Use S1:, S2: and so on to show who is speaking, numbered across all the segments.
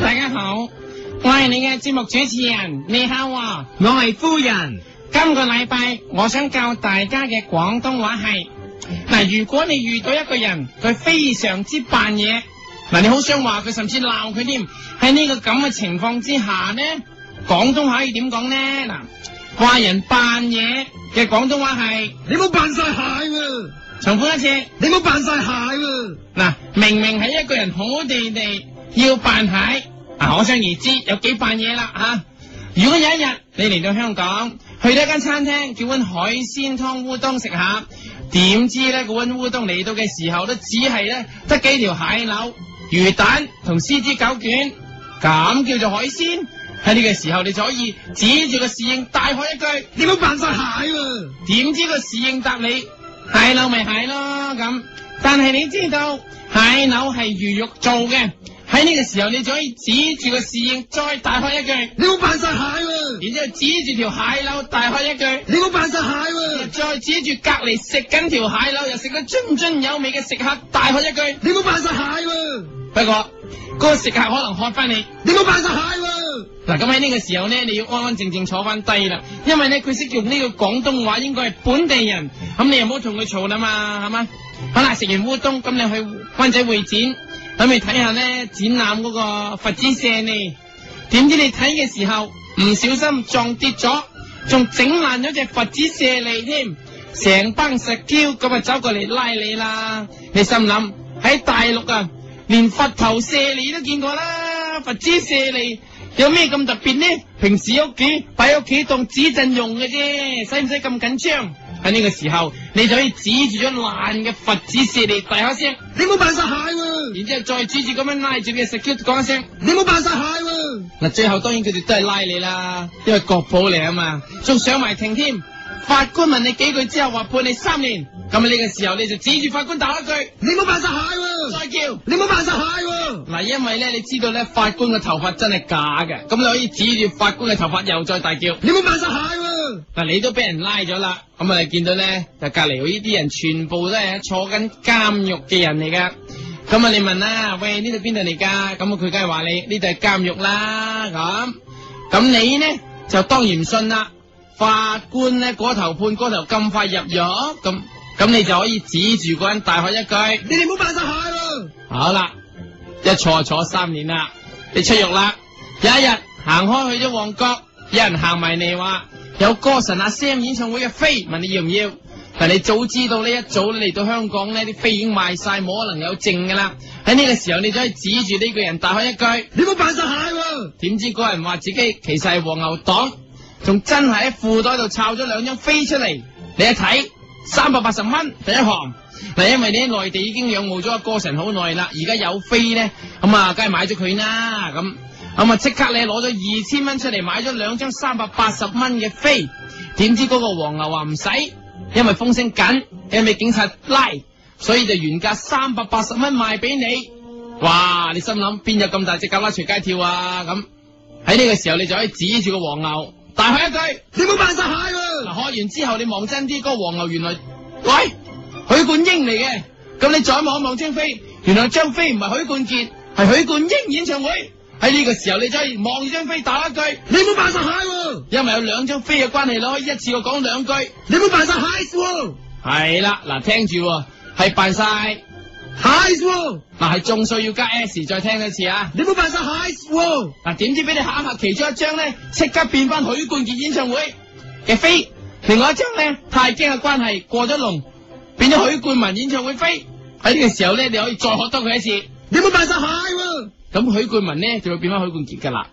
S1: 大家好，我係你嘅節目主持人，你好啊！
S2: 我係夫人，
S1: 今個禮拜我想教大家嘅廣東話係嗱，如果你遇到一個人，佢非常之扮嘢，嗱，你好想話佢，甚至鬧佢添。喺呢個咁嘅情況之下呢，廣東話可以點講呢？嗱，話人扮嘢嘅廣東話係
S2: 你冇扮晒蟹喎，
S1: 重複一次。
S2: 你冇扮晒蟹喎，
S1: 嗱，明明係一個人好地地要扮蟹，啊，可想而知有幾扮嘢啦啊吓。如果有一日你嚟到香港，去到一間餐廳叫碗海鮮湯烏冬食下，點知咧嗰碗烏冬嚟到嘅時候都只係咧得幾條蟹柳、魚蛋同獅子狗卷，咁叫做海鮮。喺呢個時候，你就可以指住個侍應大喝一句。
S2: 你冇扮晒蟹喎，
S1: 點知個侍應答你蟹柳咪蟹咯咁，但係你知道蟹柳係魚肉做嘅，喺呢個時候你就可以指住個侍應再大喝一句，然
S2: 你冇扮晒蟹喎，
S1: 之後指住條蟹柳大喝一句，
S2: 你冇扮晒蟹喎，
S1: 再指住隔離食緊條蟹柳又食得津津有味嘅食客大喝一句。
S2: 你冇扮晒蟹喎，
S1: 不過嗰、個食客可能喝翻你。
S2: 你冇扮晒蟹喎，
S1: 嗱，咁喺呢個時候呢，你要安安靜靜坐翻低啦，因為呢，佢識用呢個廣東話，應該係本地人，咁你又唔好同佢嘈啦嘛，係嘛？好啦，食完烏冬，咁你去灣仔會展，諗住睇下呢展覽嗰個佛子舍利，點知你睇嘅時候唔小心撞跌咗，仲整爛咗隻佛子舍利添，成班石嬌咁啊走過嚟拉你啦，你心諗喺大陸啊，連佛頭舍利都見過啦，佛子舍利。有咩咁特別呢？平時屋企擺喺屋企當指陣用嘅啫，使唔使咁緊張？喺呢個時候，你就可以指住咗爛嘅佛指射嚟大口聲，
S2: 你冇扮晒蟹喎，
S1: 然之後再指住咁樣拉住嘅石 Q 講一聲。
S2: 你冇扮晒蟹喎，
S1: 嗱，最後當然佢哋都係拉你啦，因為國寶嚟啊嘛，仲上埋庭添。法官問你幾句之後，話判你三年。咁啊喺呢個時候，你就指住法官打一句，
S2: 你冇扮晒蟹喎，
S1: 再叫。
S2: 你冇扮晒蟹喎，
S1: 嗱，因為咧，你知道咧，法官嘅頭髮真係假嘅，咁你可以指住法官嘅頭髮又再大叫。
S2: 你冇扮晒蟹喎，
S1: 嗱，你都俾人拉咗啦，咁我哋見到咧，就隔離呢啲人全部都係坐緊監獄嘅人嚟噶。咁啊，你問啦，喂，呢度邊度嚟㗎？咁佢梗係話你呢度係監獄啦，咁咁你呢，就當然唔信啦。法官咧嗰頭判嗰頭咁快入獄，咁咁你就可以指住嗰人大喝一句，
S2: 你哋冇扮晒蟹喎，
S1: 好啦，一坐就坐三年啦，你出獄啦。有一日行開去咗旺角，有人行埋嚟話有歌神阿 Sam 演唱會嘅飛，問你要唔要？但你早知道呢一早嚟到香港呢啲飛已經賣晒，冇可能有剩噶啦。喺呢個時候，你就可以指住呢個人大喝一句，
S2: 你冇扮晒蟹喎，
S1: 點知嗰人話自己其實係黃牛黨，仲真係喺褲袋度摷咗兩張飛出嚟。你一睇，三百八十蚊第一行。嗱，因為你喺內地已經仰慕咗阿歌神好耐啦，而家有飛咧，咁啊，梗係買咗佢啦。咁咁啊，即刻你攞咗二千蚊出嚟買咗兩張三百八十蚊嘅飛。點知嗰個黃牛話唔使，因為風聲緊，因為警察拉，所以就原價三百八十蚊賣俾你。哇！你心諗邊有咁大隻蛤乸隨街跳啊？咁喺呢個時候，你就可以指住個黃牛大喝一句。
S2: 你冇扮晒蟹
S1: 嗱，
S2: 喎，
S1: 喝完之後你望真啲，嗰、個黃牛原來，喂，許冠英嚟嘅。咁你再望一望張飛，原來張飛唔係許冠傑，係許冠英演唱會。喺呢個時候，你再望住張飛打一句，
S2: 你冇扮晒蟹喎，
S1: 因為有兩張飛嘅關係，你可以一次過講兩句。
S2: 你冇扮晒蟹喎，
S1: 係啦，嗱，聽住喎，係扮晒，
S2: 蟹喎，
S1: 嗱係仲需要加 S，再聽一次啊。
S2: 你冇扮晒蟹喎，
S1: 嗱，點知俾你下一下其中一張咧，即刻變翻許冠傑演唱會嘅飛，另外一張咧太驚嘅啊關係過咗龍，變咗許冠文演唱會飛。喺呢個時候咧，你可以再學多佢一次，
S2: 你冇扮晒蟹喎。
S1: 咁許冠文咧就會變翻許冠傑噶啦。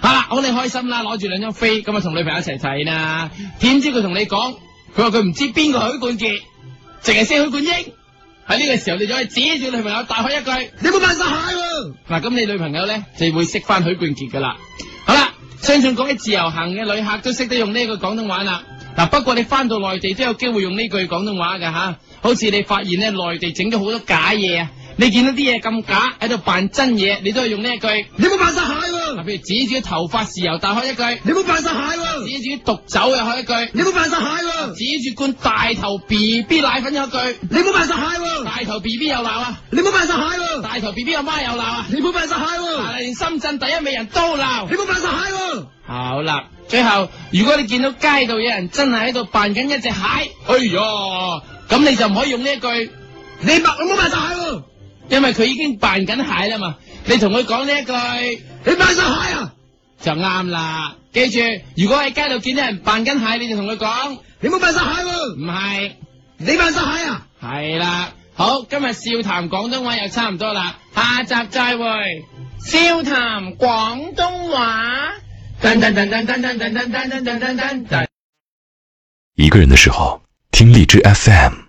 S1: 好啦，好你開心啦，攞住兩張飛，咁啊同女朋友一齊睇啦。點知佢同你講，佢話佢唔知邊個許冠傑，淨係識許冠英。喺呢個時候，你就可以指住女朋友大喝一句。
S2: 你冇扮晒蟹喎，
S1: 嗱，咁你女朋友咧就會識翻許冠傑噶啦。好啦，相信講起自由行嘅旅客都識得用呢句廣東話啦。嗱，不過你翻到內地都有機會用呢句廣東話㗎吓，好似你發現咧內地整咗好多假嘢啊，你見到啲嘢咁假喺度扮真嘢，你都係用呢一句。
S2: 你冇扮晒蟹喎，
S1: 譬如指住啲頭髮豉油大喝一句，
S2: 你冇扮晒蟹喎，
S1: 指住啲毒酒又喝一句，
S2: 你冇扮晒蟹喎，
S1: 指住罐大頭 B B 奶粉又一句，
S2: 你冇扮晒蟹喎，
S1: 大頭 B B 又鬧啊，
S2: 你冇扮晒蟹喎，
S1: 大頭 B B 阿媽又鬧啊，
S2: 你冇扮晒蟹
S1: 但係
S2: 喎，
S1: 連深圳第一美人都鬧
S2: 你。冇扮晒蟹喎，
S1: 好啦，最後如果你見到街度有人真係喺度扮緊一隻蟹，哎呀，咁你就唔可以用呢一句，
S2: 你麥冇扮晒蟹喎，
S1: 因為佢已經扮緊蟹啦嘛。你同佢講呢一句
S2: 你扮晒蟹啊，
S1: 就啱啦。記住，如果喺街度見到人扮緊蟹，你就同佢講
S2: 你冇扮晒蟹喎
S1: 唔，係，
S2: 你扮晒蟹啊，
S1: 係啦。好，今日笑談廣東話又差唔多啦，下集再會。笑談廣東話。噔噔噔噔噔噔噔噔噔噔噔噔噔。
S3: 一个人的时候，听荔枝 FM。